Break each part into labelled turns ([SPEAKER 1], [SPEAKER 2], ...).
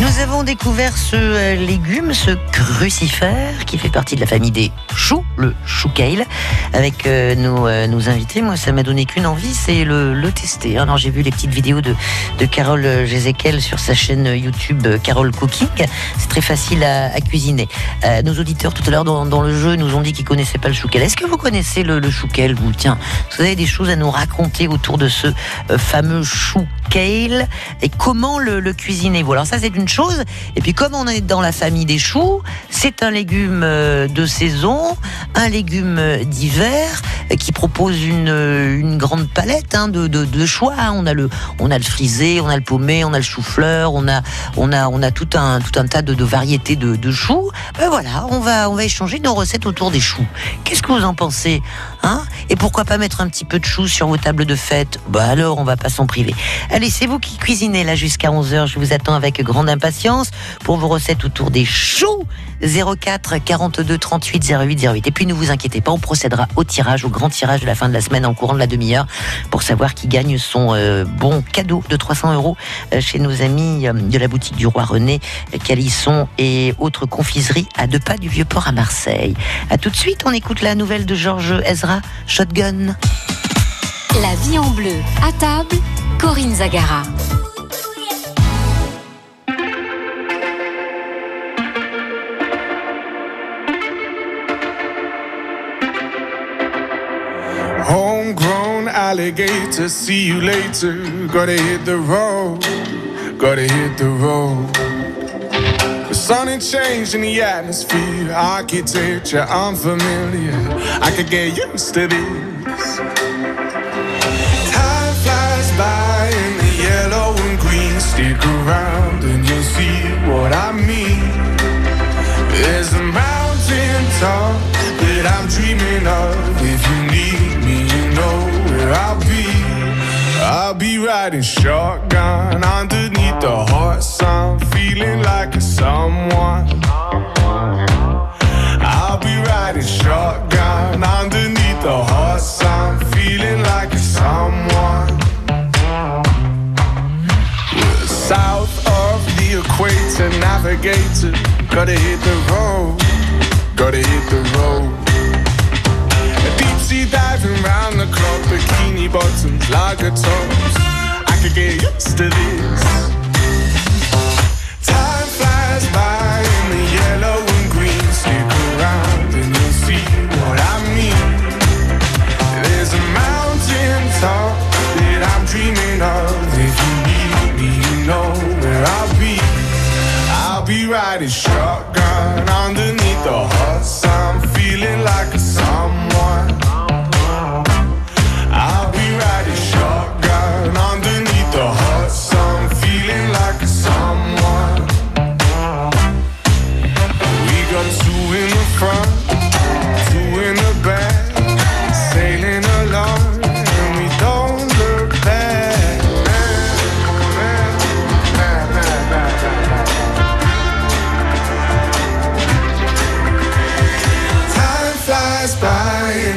[SPEAKER 1] Nous avons découvert ce euh, légume, ce crucifère, qui fait partie de la famille des choux, le chou kale, avec euh, nos, euh, nos invités. Moi, ça m'a donné qu'une envie, c'est le, le tester. Alors, j'ai vu les petites vidéos de, de Carole euh, Jézéquel sur sa chaîne YouTube euh, Carole Cooking. C'est très facile à, à cuisiner. Euh, nos auditeurs, tout à l'heure, dans, dans le jeu, nous ont dit qu'ils connaissaient pas le chou kale. Est-ce que vous connaissez le, le chou kale, vous Tiens, est-ce que vous avez des choses à nous raconter autour de ce euh, fameux chou kale et comment le, le cuisinez-vous Alors ça c'est une chose. Et puis comme on est dans la famille des choux, c'est un légume euh, de saison, un légume euh, d'hiver euh, qui propose une, euh, une grande palette hein, de, de- de choix. hein. On a le on a le frisé, on a le paumé, on a le chou-fleur, on a on a on a tout un tout un tas de, de variétés de, de choux. Ben voilà, on va on va échanger nos recettes autour des choux. Qu'est-ce que vous en pensez hein Et pourquoi pas mettre un petit peu de choux sur vos tables de fête Bah alors on va pas s'en priver. Allez, c'est vous qui cuisinez là jusqu'à 11h. Je vous attends avec grande impatience pour vos recettes autour des choux. 04 42 38 08 08. Et puis ne vous inquiétez pas, on procédera au tirage, au grand tirage de la fin de la semaine en courant de la demi-heure pour savoir qui gagne son euh, bon cadeau de 300 euros euh, chez nos amis euh, de la boutique du Roi René, euh, Calisson et autres confiseries à deux pas du Vieux-Port à Marseille. À tout de suite, on écoute la nouvelle de Georges Ezra, Shotgun.
[SPEAKER 2] La vie en bleu, à table, Corinne Zagara.
[SPEAKER 3] Homegrown alligator, see you later. Gotta hit the road, gotta hit the road. The sun ain't changing the atmosphere, architecture unfamiliar. I could get used to this. Time flies by in the yellow and green. Stick around and you'll see what I mean. There's a mountain top that I'm dreaming of. If you need me, you know where I'll be. I'll be riding shotgun underneath the hot sun, feeling like a someone. I'll be riding shotgun underneath the hot sun, feeling like a someone. South of the equator, navigator. Gotta hit the road, gotta hit the road. A deep sea diving round the clock, bikini bottoms, lager tops. I could get used to this. Time flies by in the yellow and green. Stick around and you'll see what I mean. There's a mountain top that I'm dreaming of. If you need me, you know where I'll be. I'll be riding shotgun underneath the hot sun, feeling like a someone. I'll be riding shotgun underneath the hot sun, feeling like a someone. We got two in the front, two in the back sailing along and we don't look back. Time flies by in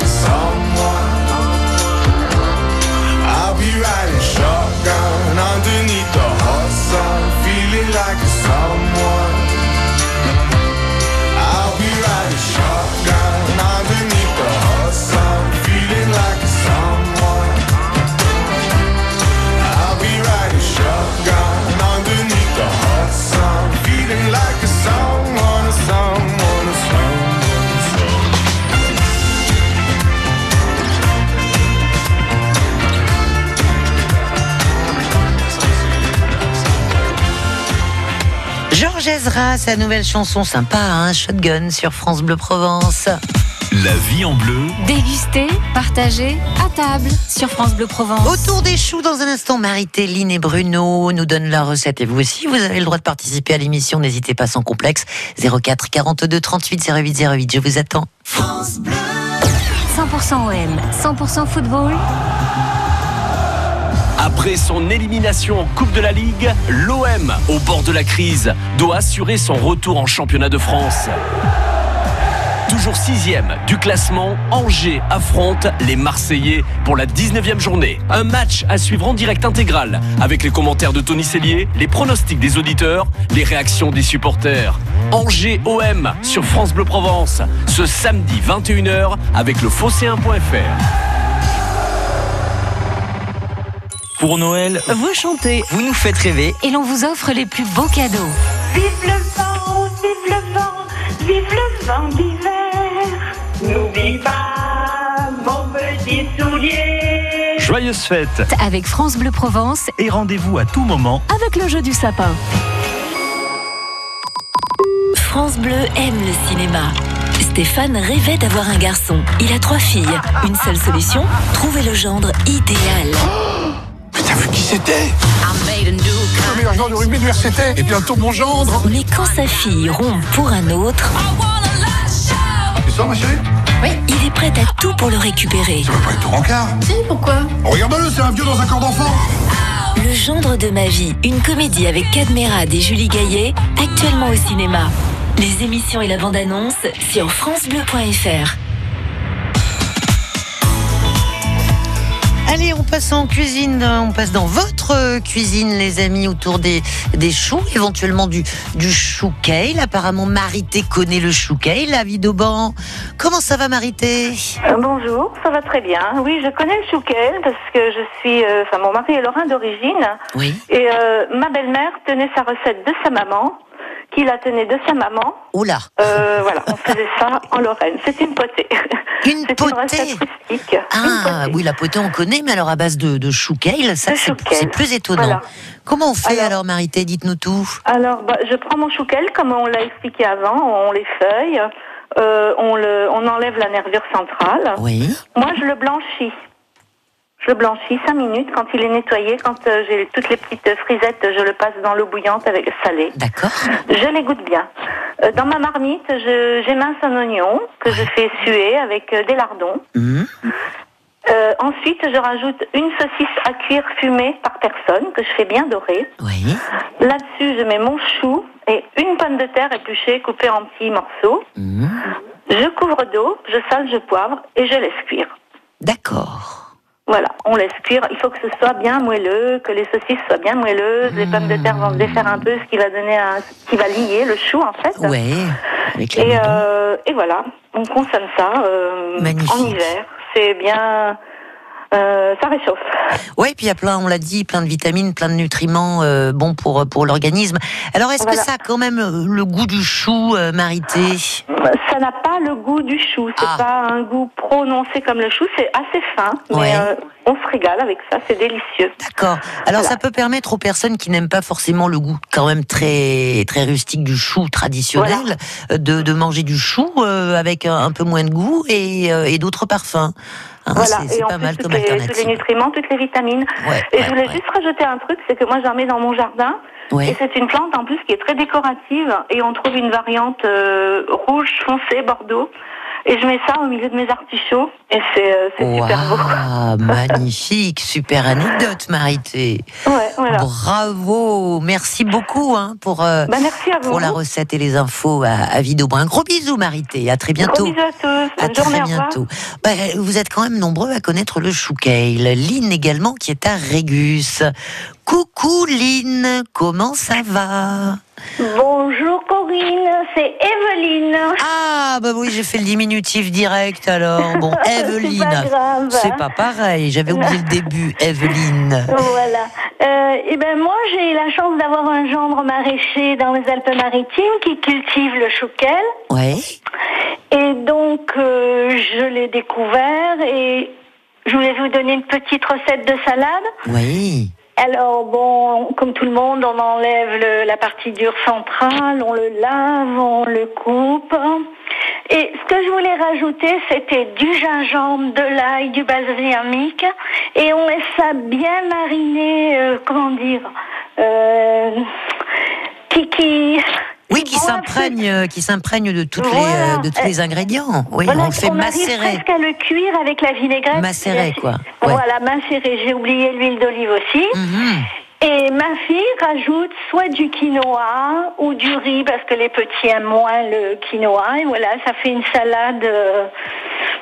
[SPEAKER 3] a someone. I'll be riding shotgun underneath the hot sun, feeling like a someone. I'll be riding shotgun underneath the hot sun, feeling like a someone. I'll be riding shotgun underneath the hot sun, feeling like a someone, a someone, a someone, a someone.
[SPEAKER 1] Georges Ezra, sa nouvelle chanson sympa, hein, Shotgun sur France Bleu Provence.
[SPEAKER 4] La vie en bleu.
[SPEAKER 2] Déguster, partager, à table, sur France Bleu Provence.
[SPEAKER 1] Autour des choux, dans un instant, Marie-Téline et Bruno nous donnent leur recette. Et vous aussi, vous avez le droit de participer à l'émission. N'hésitez pas sans complexe. 04 42 38 08 08. Je vous attends.
[SPEAKER 2] 100% OM, 100% football.
[SPEAKER 4] Après son élimination en Coupe de la Ligue, l'OM, au bord de la crise, doit assurer son retour en championnat de France. Toujours sixième du classement, Angers affronte les Marseillais pour la 19e journée. Un match à suivre en direct intégral, avec les commentaires de Tony Cellier, les pronostics des auditeurs, les réactions des supporters. Angers-OM sur France Bleu Provence, ce samedi 21h avec le fossé1.fr.
[SPEAKER 5] Pour Noël,
[SPEAKER 6] Vous chantez,
[SPEAKER 7] Vous nous faites rêver.
[SPEAKER 2] et l'on vous offre les plus beaux cadeaux.
[SPEAKER 8] Vive le vent, vive le vent, vive le vent d'hiver. N'oublie pas mon petit soulier.
[SPEAKER 5] joyeuses fêtes
[SPEAKER 2] Avec France Bleu Provence,
[SPEAKER 5] et rendez-vous à tout moment.
[SPEAKER 6] avec le jeu du sapin.
[SPEAKER 9] France Bleu aime le cinéma. Stéphane rêvait d'avoir un garçon. Il a trois filles. Une seule solution Trouver le gendre idéal.
[SPEAKER 10] Et bientôt mon gendre
[SPEAKER 9] Mais quand sa fille rompt pour un autre,
[SPEAKER 10] Tu sors ma chérie
[SPEAKER 9] il est prêt à tout pour le récupérer.
[SPEAKER 10] Ça va pas être tout rencard Si, pourquoi Regarde-le, c'est un vieux dans un corps d'enfant
[SPEAKER 9] Le gendre de ma vie, une comédie avec Cadmerade et Julie Gaillet, actuellement au cinéma. Les émissions et la bande-annonce sur francebleu.fr.
[SPEAKER 1] Allez, on passe en cuisine, euh, on passe dans votre euh, cuisine, les amis, autour des, des choux, éventuellement du, du chou kale. Apparemment, Marité connaît le chou kale, la vie d'Auban. Comment ça va, Marité
[SPEAKER 8] Euh, Bonjour, ça va très bien. Oui, je connais le chouquel parce que je suis, euh, enfin mon mari est lorrain d'origine
[SPEAKER 1] Oui.
[SPEAKER 8] et euh, ma belle-mère tenait sa recette de sa maman, qui la tenait de sa maman.
[SPEAKER 1] Oula,
[SPEAKER 8] Euh, voilà, on faisait ça en Lorraine. C'était une potée.
[SPEAKER 1] une
[SPEAKER 8] C'est une
[SPEAKER 1] potée
[SPEAKER 8] recette rustique.
[SPEAKER 1] Ah, oui, la potée, on connaît, mais alors à base de, de chou kale, ça,
[SPEAKER 8] De
[SPEAKER 1] c'est
[SPEAKER 8] chou kale.
[SPEAKER 1] c'est plus étonnant.
[SPEAKER 8] Voilà.
[SPEAKER 1] Comment on fait alors,
[SPEAKER 8] Alors-
[SPEAKER 1] Marité Dites-nous tout.
[SPEAKER 8] Alors, bah, je prends mon chouquel, comme on l'a expliqué avant, on les feuille, euh, on, le, on enlève la nervure centrale.
[SPEAKER 1] Oui.
[SPEAKER 8] Moi, je le blanchis. Je le blanchis 5 minutes quand il est nettoyé. Quand euh, j'ai toutes les petites frisettes, je le passe dans l'eau bouillante avec salé.
[SPEAKER 1] D'accord.
[SPEAKER 8] Je l'égoutte bien. Euh, dans ma marmite, je- j'émince un oignon que je fais suer avec euh, des lardons.
[SPEAKER 1] Hum,
[SPEAKER 8] Euh, ensuite, je rajoute une saucisse à cuire fumée par personne que je fais bien dorer.
[SPEAKER 1] Oui.
[SPEAKER 8] Là-dessus, je mets mon chou et une pomme de terre épluchée coupée en petits morceaux.
[SPEAKER 1] Hum,
[SPEAKER 8] Je couvre d'eau, je sale, je poivre et je laisse cuire.
[SPEAKER 1] D'accord.
[SPEAKER 8] Voilà, on laisse cuire. Il faut que ce soit bien moelleux, que les saucisses soient bien moelleuses. Les pommes de terre vont se défaire un peu, ce qui va donner un, ce qui va lier le chou en fait.
[SPEAKER 1] Ouais. Avec la
[SPEAKER 8] Et,
[SPEAKER 1] maison.
[SPEAKER 8] euh, et voilà, on consomme ça euh,
[SPEAKER 1] Magnifique.
[SPEAKER 8] en hiver. C'est bien, euh, ça réchauffe.
[SPEAKER 1] Ouais, puis il y a plein, on l'a dit, plein de vitamines, plein de nutriments euh, bons pour, pour l'organisme. Alors, est-ce
[SPEAKER 8] Voilà.
[SPEAKER 1] que ça a quand même euh, le goût du chou, euh, Marité
[SPEAKER 8] Ça n'a pas le goût du chou. C'est
[SPEAKER 1] Ah.
[SPEAKER 8] pas un goût prononcé comme le chou. C'est assez fin, mais
[SPEAKER 1] Ouais.
[SPEAKER 8] euh, on se régale avec ça. C'est délicieux.
[SPEAKER 1] D'accord. Alors, ça peut permettre aux personnes qui n'aiment pas forcément le goût quand même très, très rustique du chou traditionnel
[SPEAKER 8] Voilà.
[SPEAKER 1] euh, de, de manger du chou euh, avec un, un peu moins de goût et, euh, et d'autres parfums. Hein,
[SPEAKER 8] voilà.
[SPEAKER 1] c'est- C'est
[SPEAKER 8] et en
[SPEAKER 1] pas
[SPEAKER 8] plus,
[SPEAKER 1] mal
[SPEAKER 8] toutes
[SPEAKER 1] comme
[SPEAKER 8] les- tous les
[SPEAKER 1] alternative.
[SPEAKER 8] nutriments, toutes les vitamines.
[SPEAKER 1] Ouais,
[SPEAKER 8] Et
[SPEAKER 1] ouais,
[SPEAKER 8] je voulais
[SPEAKER 1] ouais.
[SPEAKER 8] juste rajouter un truc, c'est que moi j'en mets dans mon jardin.
[SPEAKER 1] Ouais.
[SPEAKER 8] Et c'est une plante en plus qui est très décorative et on trouve une variante euh, rouge foncé bordeaux. Et je mets ça au milieu de mes artichauts et c'est euh, c'est super beau.
[SPEAKER 1] Waouh, magnifique, super anecdote, Marité.
[SPEAKER 8] Ouais, voilà.
[SPEAKER 1] Bravo, merci beaucoup hein, pour, euh,
[SPEAKER 8] Bah, merci à vous.
[SPEAKER 1] pour la recette et les infos à, à Vidobon. Un gros bisou, Marité, à très bientôt.
[SPEAKER 8] Gros bisous à tous.
[SPEAKER 1] À
[SPEAKER 8] Bonne journée,
[SPEAKER 1] très
[SPEAKER 8] au revoir.
[SPEAKER 1] bientôt. Bah, vous êtes quand même nombreux à connaître le choukeil. Lynn également qui est à Régus. Coucou Lynn, comment ça va
[SPEAKER 8] Bonjour Corinne, c'est Evelyne.
[SPEAKER 1] Ah bah oui, j'ai fait le diminutif direct alors. Bon, Ah, Evelyne.
[SPEAKER 8] grave. hein.
[SPEAKER 1] C'est pas pareil, j'avais oublié le début, Evelyne.
[SPEAKER 8] Voilà. Euh, et ben moi j'ai la chance d'avoir un gendre maraîcher dans les Alpes-Maritimes qui cultive le chouquel.
[SPEAKER 1] Ouais.
[SPEAKER 8] Et donc, euh, je l'ai découvert et je voulais vous donner une petite recette de salade.
[SPEAKER 1] Oui,
[SPEAKER 8] Alors, bon, comme tout le monde, on enlève le- la partie dure centrale, on le lave, on le coupe. Et ce que je voulais rajouter, c'était du gingembre, de l'ail, du balsamique. Et on laisse ça bien mariner, euh, comment dire, euh, qui, qui,
[SPEAKER 1] oui, qui s'imprègne, euh, qui s'imprègne de toutes les,
[SPEAKER 11] Voilà.
[SPEAKER 1] euh, de tous les ingrédients. Oui,
[SPEAKER 11] Voilà,
[SPEAKER 1] on le fait
[SPEAKER 11] arrive
[SPEAKER 1] macérer.
[SPEAKER 11] presque à le cuire avec la vinaigrette.
[SPEAKER 1] Macérer, quoi. Ouais.
[SPEAKER 11] Voilà, macérer. J'ai oublié l'huile d'olive aussi.
[SPEAKER 1] Mhm.
[SPEAKER 11] Et ma fille rajoute soit du quinoa ou du riz parce que les petits aiment moins le quinoa. Et voilà, ça fait une salade euh, presque un plat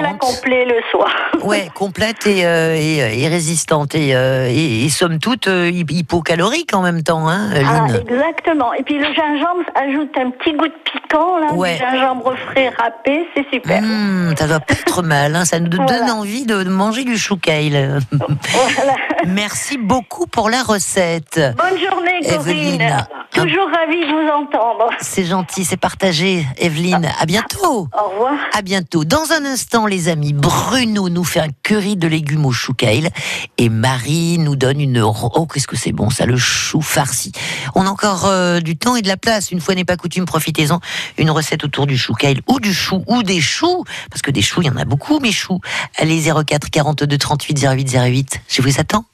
[SPEAKER 1] Consistante.
[SPEAKER 11] complet le soir.
[SPEAKER 1] Ouais, complète et, euh, et- et résistante et, euh, et- et somme toute euh, hy- hypocalorique en même temps, hein,
[SPEAKER 11] Ah,
[SPEAKER 1] Lynn.
[SPEAKER 11] exactement. Et puis le gingembre ajoute un petit goût de piquant, là,
[SPEAKER 1] Ouais.
[SPEAKER 11] du gingembre frais râpé, c'est super.
[SPEAKER 1] Mmh, ça doit pas être mal, hein, ça nous
[SPEAKER 11] ben, Voilà.
[SPEAKER 1] donne envie de de manger du chou kale.
[SPEAKER 11] Voilà.
[SPEAKER 1] Merci beaucoup pour la recette.
[SPEAKER 11] Bonne journée, Corinne.
[SPEAKER 1] Evelyne.
[SPEAKER 11] Toujours ravie de vous entendre.
[SPEAKER 1] C'est gentil, c'est partagé, Evelyne. À bientôt.
[SPEAKER 11] Au revoir.
[SPEAKER 1] À bientôt. Dans un instant, les amis, Bruno nous fait un curry de légumes au chou kale et Marie nous donne une ro- oh qu'est-ce que c'est bon ça le chou farci. On a encore euh, du temps et de la place. Une fois n'est pas coutume, profitez-en. Une recette autour du chou kale ou du chou ou des choux parce que des choux il y en a beaucoup mes choux. Allez 04 42 38 08 08. Je vous attends.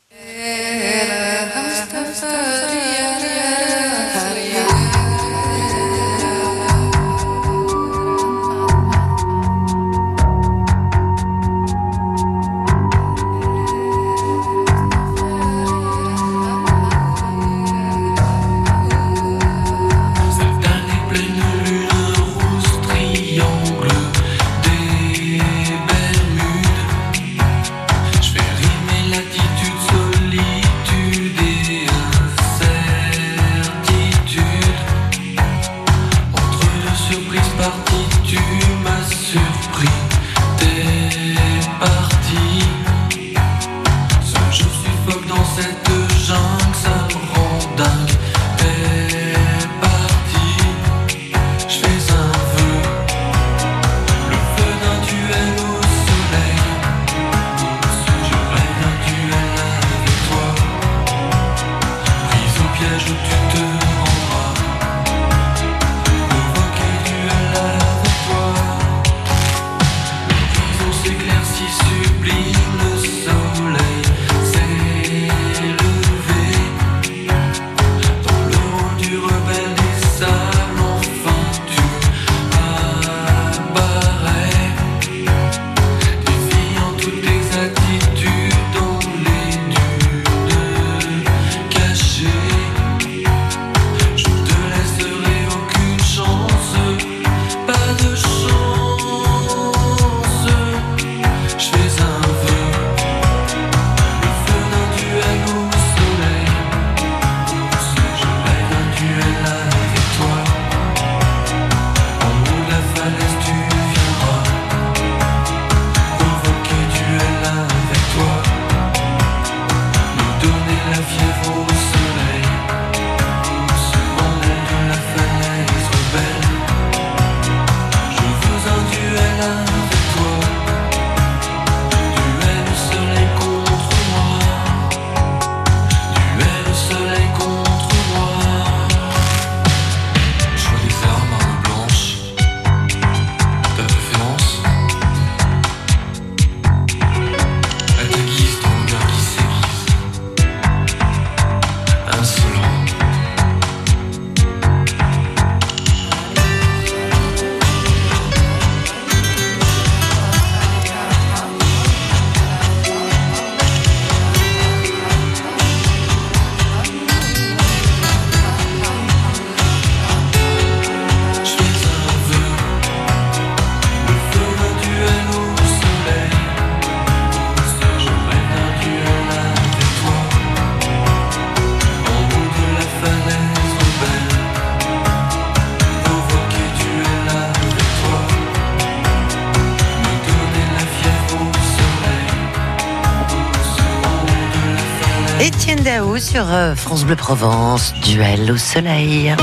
[SPEAKER 1] Étienne Dao sur euh, France Bleu Provence, duel au soleil.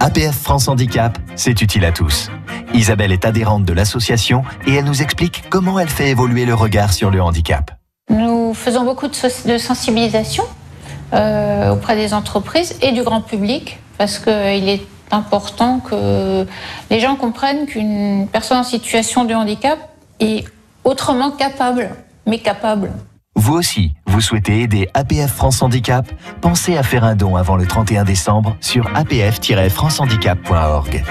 [SPEAKER 7] APF France Handicap, c'est utile à tous. Isabelle est adhérente de l'association et elle nous explique comment elle fait évoluer le regard sur le handicap.
[SPEAKER 12] Nous faisons beaucoup de, so- de sensibilisation euh, auprès des entreprises et du grand public parce qu'il est important que les gens comprennent qu'une personne en situation de handicap est autrement capable, mais capable.
[SPEAKER 7] Vous aussi, Vous souhaitez aider APF France Handicap Pensez à faire un don avant le 31 décembre sur apf-francehandicap.org.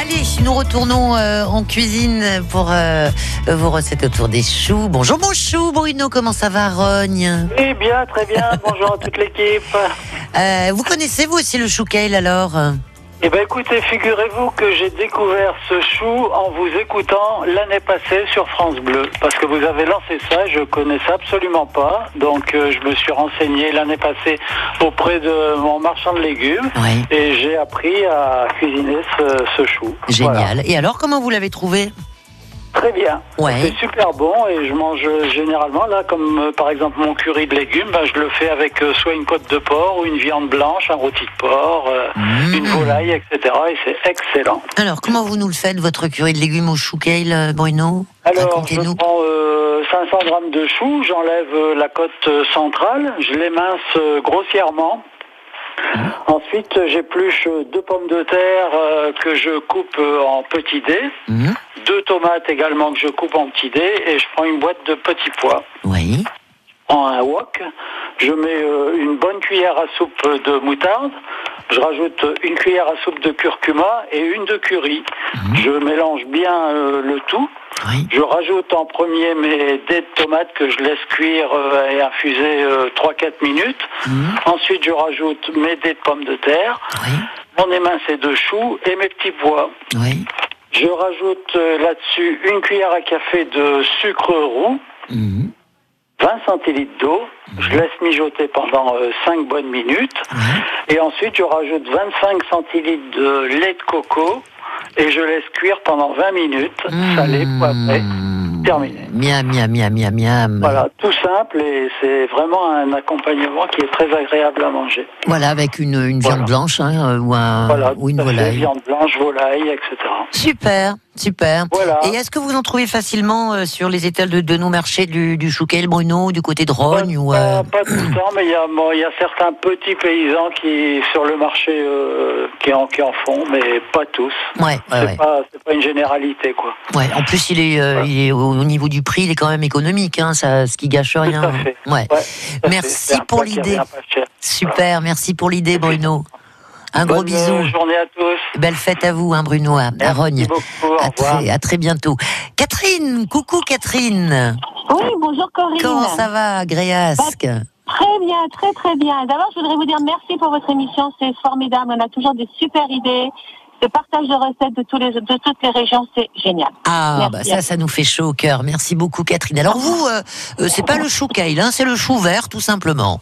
[SPEAKER 1] Allez, nous retournons euh, en cuisine pour euh, vos recettes autour des choux. Bonjour mon chou, Bruno, comment ça va, Rogne
[SPEAKER 13] Oui, bien, très bien. Ah, Bonjour à toute l'équipe.
[SPEAKER 1] Euh, Vous connaissez vous aussi le chou kale alors
[SPEAKER 13] Eh bien, écoutez, figurez-vous que j'ai découvert ce chou en vous écoutant l'année passée sur France Bleu. Parce que vous avez lancé ça, je connaissais absolument pas. Donc, euh, je me suis renseigné l'année passée auprès de mon marchand de légumes. Et j'ai appris à cuisiner ce, ce chou.
[SPEAKER 1] Génial. Et alors, comment vous l'avez trouvé
[SPEAKER 13] Très bien.
[SPEAKER 1] Ouais.
[SPEAKER 13] C'est super bon et je mange euh, généralement là, comme euh, par exemple mon curry de légumes, ben, je le fais avec euh, soit une côte de porc ou une viande blanche, un rôti de porc, euh, une
[SPEAKER 1] Mmh.
[SPEAKER 13] volaille, etc. Et c'est excellent.
[SPEAKER 1] Hmm. Alors, comment vous nous le faites, votre curry de légumes au chou kale, euh, Bruno
[SPEAKER 13] Alors, je prends euh, 500 grammes de choux, j'enlève euh, la côte euh, centrale, je l'émince euh, grossièrement. Ensuite, euh, j'épluche euh, deux pommes de terre euh, que je coupe euh, en petits dés,
[SPEAKER 1] Hmm.
[SPEAKER 13] deux tomates également que je coupe en petits dés, et je prends une boîte de petits pois.
[SPEAKER 1] Oui.
[SPEAKER 13] En un wok, je mets euh, une bonne cuillère à soupe de moutarde, je rajoute une cuillère à soupe de curcuma et une de curry. Je mélange bien euh, le tout. Je rajoute en premier mes dés de tomates que je laisse cuire euh, et infuser euh, 3-4 minutes. Ensuite, je rajoute mes dés de pommes de terre, mon émincé de choux et mes petits pois. Je rajoute euh, là-dessus une cuillère à café de sucre roux, 20 centilitres d'eau. Je laisse mijoter pendant 5 bonnes minutes. Et ensuite, je rajoute 25 centilitres de lait de coco et je laisse cuire pendant 20 minutes, salé,
[SPEAKER 1] Mhm.
[SPEAKER 13] poivré. Terminé.
[SPEAKER 1] Hmm. Miam, miam, miam, miam, miam.
[SPEAKER 13] Voilà, tout simple et c'est vraiment un accompagnement qui est très agréable à manger.
[SPEAKER 1] Voilà, avec une, une viande blanche hein, euh, ou, un-
[SPEAKER 13] Voilà,
[SPEAKER 1] ou une
[SPEAKER 13] tout à fait,
[SPEAKER 1] volaille.
[SPEAKER 13] Viande blanche, volaille, etc.
[SPEAKER 1] Super, super.
[SPEAKER 13] Ah.
[SPEAKER 1] Et est-ce que vous en trouvez facilement euh, sur les étals de, de nos marchés du, du Chouquel, Bruno, du côté de Rogne ou, euh,
[SPEAKER 13] Pas tout le temps, mais il y, a- bon, il y a certains petits paysans qui, sur le marché, euh, qui, en, qui en font, mais pas tous.
[SPEAKER 1] Ouais, ouais,
[SPEAKER 13] c'est
[SPEAKER 1] ouais.
[SPEAKER 13] pas, c'est pas une généralité, quoi.
[SPEAKER 1] Ouais, en plus, il est, euh, il est au, au niveau du prix, il est quand même économique, hein, ça, ce qui gâche rien. Ouais. Merci
[SPEAKER 13] C'est un
[SPEAKER 1] pour
[SPEAKER 13] plat qui
[SPEAKER 1] l'idée.
[SPEAKER 13] revient pas cher.
[SPEAKER 1] Super, merci pour l'idée, Bruno. Un gros
[SPEAKER 13] Bonne,
[SPEAKER 1] bisou.
[SPEAKER 13] euh, journée à tous.
[SPEAKER 1] Belle fête à vous, hein, Bruno, à, à Rogne.
[SPEAKER 13] au
[SPEAKER 1] à, très, à très bientôt. Catherine, coucou Catherine.
[SPEAKER 14] Oui, bonjour Corinne.
[SPEAKER 1] Comment ça va, Gréasque
[SPEAKER 14] Très bien, très très bien. D'abord, je voudrais vous dire merci pour votre émission, c'est formidable. On a toujours des super idées. Le partage de recettes de, tous les, de toutes les régions, c'est génial.
[SPEAKER 1] Ah, bah
[SPEAKER 14] Merci.
[SPEAKER 1] ça, ça nous fait chaud au cœur. Merci beaucoup, Catherine. Alors vous, euh, euh, c'est pas le chou kale, hein, c'est le chou vert, tout simplement.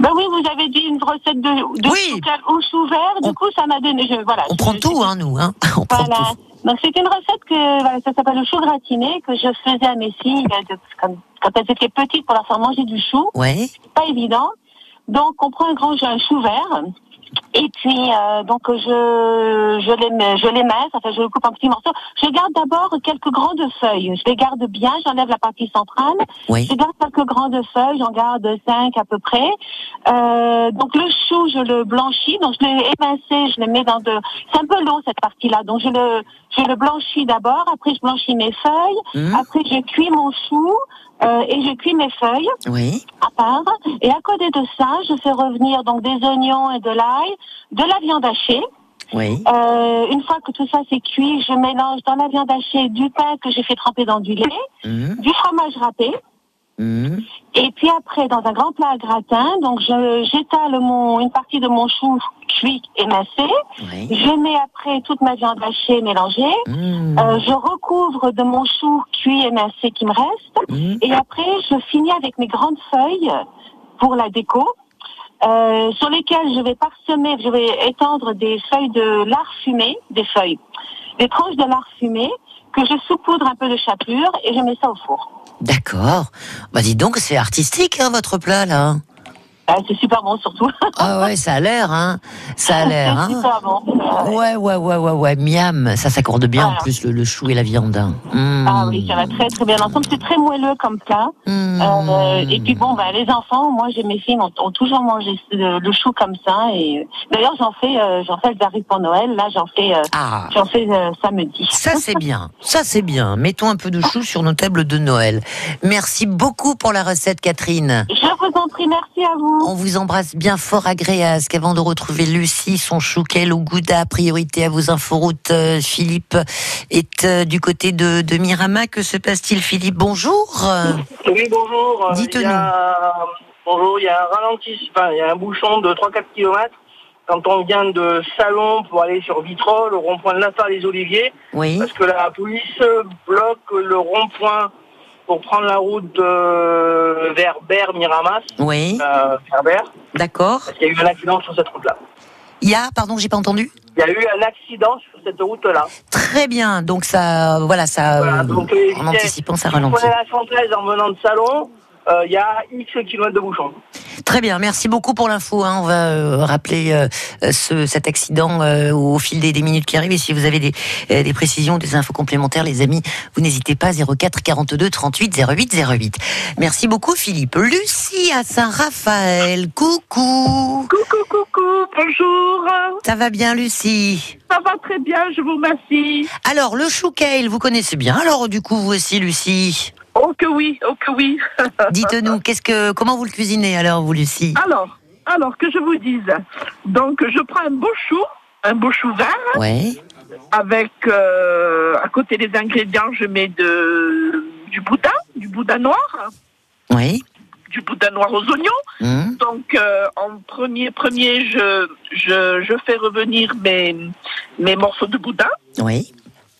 [SPEAKER 14] Ben oui, vous avez dit une recette de, de chou cal- au chou vert. Du coup, ça m'a donné. Je, voilà, on prend tout,
[SPEAKER 1] hein, nous. Hein.
[SPEAKER 14] voilà. Donc c'est une recette que voilà, ça s'appelle le chou gratiné que je faisais à mes filles euh, de- quand, quand elles étaient petites pour leur faire manger du chou.
[SPEAKER 1] Ouais.
[SPEAKER 14] C'est pas évident. Donc on prend un grand un chou vert. Et puis euh, donc je je les je les masse, enfin je le coupe en petits morceaux. Je garde d'abord quelques grandes feuilles. Je les garde bien, j'enlève la partie centrale.
[SPEAKER 1] Oui.
[SPEAKER 14] Je garde quelques grandes feuilles, j'en garde cinq à peu près. Euh, donc le chou, je le blanchis, donc je l'ai émincé, je le mets dans de. C'est un peu long cette partie-là, donc je le je le blanchis d'abord. Après je blanchis mes feuilles.
[SPEAKER 1] Hum.
[SPEAKER 14] Après je cuis mon chou euh, et je cuis mes feuilles
[SPEAKER 1] Oui.
[SPEAKER 14] à part. Et à côté de ça, je fais revenir donc des oignons et de l'ail, de la viande hachée.
[SPEAKER 1] Oui.
[SPEAKER 14] Euh, une fois que tout ça c'est cuit, je mélange dans la viande hachée du pain que j'ai fait tremper dans du lait,
[SPEAKER 1] hum,
[SPEAKER 14] du fromage râpé. Et puis après, dans un grand plat à gratin, donc je j'étale mon une partie de mon chou cuit émincé. Je mets après toute ma viande hachée mélangée. Euh,
[SPEAKER 1] hum,
[SPEAKER 14] je recouvre de mon chou cuit émincé qui me reste.
[SPEAKER 1] hum.
[SPEAKER 14] Et après, je finis avec mes grandes feuilles pour la déco. euh, sur lesquelles je vais parsemer, je vais étendre des feuilles de lard fumé, des feuilles, des tranches de lard fumé que je saupoudre un peu de chapelure et je mets ça au four.
[SPEAKER 1] D'accord. Bah dis donc, c'est artistique, hein, votre plat, là.
[SPEAKER 14] Ah, c'est super bon surtout.
[SPEAKER 1] Ah ouais, ça a l'air, hein. Ça a l'air, hein.
[SPEAKER 14] super bon.
[SPEAKER 1] Ouais, ouais, ouais, ouais, ouais, miam. Ça s'accorde bien en plus, le, le chou et la viande. hein. Mm.
[SPEAKER 14] Ah oui, ça va très très bien ensemble. C'est très moelleux comme plat.
[SPEAKER 1] Ah. Hum.
[SPEAKER 14] Euh, et puis bon, bah, les enfants, moi j'ai mes filles ont, ont toujours mangé le, le chou comme ça. Et euh, d'ailleurs, j'en fais, euh, j'en fais le baril pour Noël. Là, j'en fais, euh,
[SPEAKER 1] Ah.
[SPEAKER 14] j'en fais euh, samedi.
[SPEAKER 1] Ça, c'est bien. Ça, c'est bien. Mettons un peu de chou sur nos tables de Noël. Merci beaucoup pour la recette, Catherine.
[SPEAKER 14] Je vous en prie, merci à vous.
[SPEAKER 1] On vous embrasse bien fort à Gréasque. Avant de retrouver Lucie, son chouquel au Gouda, priorité à vos inforoutes. euh, Philippe est euh, du côté de, de Mirama. Que se passe-t-il, Philippe Bonjour.
[SPEAKER 15] Oui, bonjour. Euh,
[SPEAKER 1] Dites-nous.
[SPEAKER 15] Il y a- euh, Bonjour, il y a un ralentissement, enfin, il y a un bouchon de 3-4 km quand on vient de Salon pour aller sur Vitrolles, au rond-point de l'Insta des Oliviers.
[SPEAKER 1] Oui.
[SPEAKER 15] Parce que la police bloque le rond-point pour prendre la route de... vers Bert-Miramas.
[SPEAKER 1] Oui.
[SPEAKER 15] Euh, vers Bert.
[SPEAKER 1] D'accord.
[SPEAKER 15] Parce qu'il y a eu un accident sur cette route-là.
[SPEAKER 1] Il y a, pardon, j'ai pas entendu.
[SPEAKER 15] Il y a eu un accident sur cette route-là.
[SPEAKER 1] Très bien. Donc ça, voilà, ça, euh, en anticipant, ça
[SPEAKER 15] Si vous
[SPEAKER 1] ralentit.
[SPEAKER 15] prenez la 113 en venant de Salon, euh, il y a X kilomètres de bouchon.
[SPEAKER 1] Très bien, merci beaucoup pour l'info. hein. On va euh, rappeler euh, ce, cet accident euh, au fil des, des minutes qui arrivent. Et si vous avez des, euh, des précisions, des infos complémentaires, les amis, vous n'hésitez pas. 04 42 38 08 08. Merci beaucoup, Philippe. Lucie à Saint-Raphaël. Coucou.
[SPEAKER 16] Coucou, coucou. Bonjour.
[SPEAKER 1] Ça va bien, Lucie
[SPEAKER 16] Ça va très bien, je vous remercie.
[SPEAKER 1] Alors, le chou kale, vous connaissez bien. Alors, du coup, vous aussi, Lucie
[SPEAKER 16] Oh que oui, oh que oui.
[SPEAKER 1] Dites-nous, qu'est-ce que, comment vous le cuisinez alors, vous, Lucie
[SPEAKER 16] Alors, alors que je vous dise. Donc, je prends un beau chou, un beau chou vert.
[SPEAKER 1] Ouais.
[SPEAKER 16] Avec, euh, à côté des ingrédients, je mets de, du boudin, du boudin noir,
[SPEAKER 1] Oui.
[SPEAKER 16] du boudin noir aux oignons.
[SPEAKER 1] Hum.
[SPEAKER 16] Donc, euh, en premier, premier je, je, je fais revenir mes, mes morceaux de boudin.
[SPEAKER 1] Oui.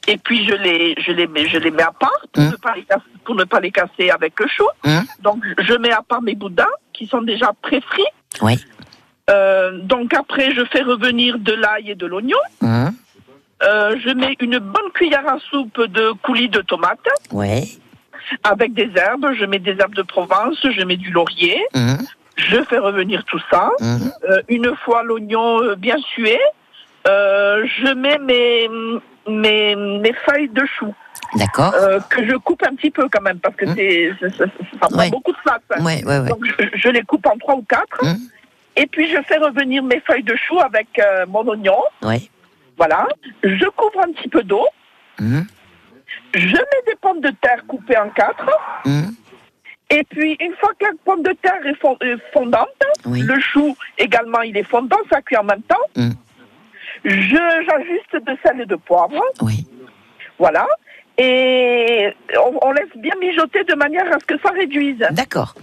[SPEAKER 16] Et puis je les, je les, mets, je les mets à part pour, ne pas les casser, pour ne pas les casser avec le chou.
[SPEAKER 1] Hum.
[SPEAKER 16] Donc je mets à part mes boudins qui sont déjà pré-frits.
[SPEAKER 1] Oui.
[SPEAKER 16] Euh, donc après je fais revenir de l'ail et de l'oignon.
[SPEAKER 1] Hum.
[SPEAKER 16] Euh, je mets une bonne cuillère à soupe de coulis de tomates
[SPEAKER 1] Ouais.
[SPEAKER 16] avec des herbes. Je mets des herbes de Provence, je mets du laurier.
[SPEAKER 1] Hum.
[SPEAKER 16] Je fais revenir tout ça.
[SPEAKER 1] Mhm.
[SPEAKER 16] Euh, une fois l'oignon euh, bien sué, euh, je mets mes, mes, mes feuilles de chou.
[SPEAKER 1] D'accord.
[SPEAKER 16] Euh, que je coupe un petit peu quand même, parce que c'est, c'est- c'est- ça prend beaucoup de place. hein.
[SPEAKER 1] Hein Ouais, ouais, Hein ouais.
[SPEAKER 16] Donc je, je les coupe en trois ou quatre. Et puis je fais revenir mes feuilles de chou avec euh, mon oignon.
[SPEAKER 1] Ouais.
[SPEAKER 16] Voilà. Je couvre un petit peu d'eau.
[SPEAKER 1] Mhm.
[SPEAKER 16] Je mets des pommes de terre coupées en quatre.
[SPEAKER 1] Mhm.
[SPEAKER 16] Et puis, une fois que la pomme de terre est fon- euh, fondante, le chou également, il est fondant, ça cuit en même temps.
[SPEAKER 1] Mm.
[SPEAKER 16] Je J'ajuste de sel et de poivre.
[SPEAKER 1] Oui.
[SPEAKER 16] Voilà. Et on, on laisse bien mijoter de manière à ce que ça réduise.
[SPEAKER 1] D'accord.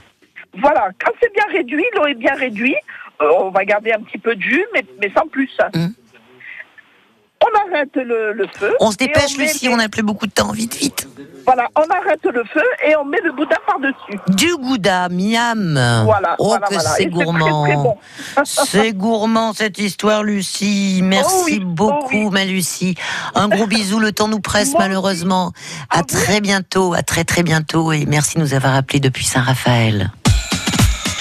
[SPEAKER 16] Voilà. Quand c'est bien réduit, l'eau est bien réduite, euh, on va garder un petit peu de jus, mais, mais sans plus. On arrête le, le feu.
[SPEAKER 1] On se
[SPEAKER 16] et
[SPEAKER 1] dépêche,
[SPEAKER 16] met
[SPEAKER 1] Lucie, on n'a plus beaucoup de temps. Vite, vite.
[SPEAKER 16] Voilà, on arrête le feu et on met le boudin par-dessus.
[SPEAKER 1] Du gouda, miam.
[SPEAKER 16] Voilà,
[SPEAKER 1] Oh,
[SPEAKER 16] voilà,
[SPEAKER 1] que
[SPEAKER 16] voilà.
[SPEAKER 1] c'est
[SPEAKER 16] Et c'est très, très
[SPEAKER 1] gourmand.
[SPEAKER 16] bon.
[SPEAKER 1] c'est gourmand, cette histoire,
[SPEAKER 16] Oh
[SPEAKER 1] Lucie. Merci beaucoup, ma Lucie. Un gros bisou, le temps nous presse, malheureusement. À très bientôt, à très, très bientôt. Et merci de nous avoir appelés depuis Saint-Raphaël.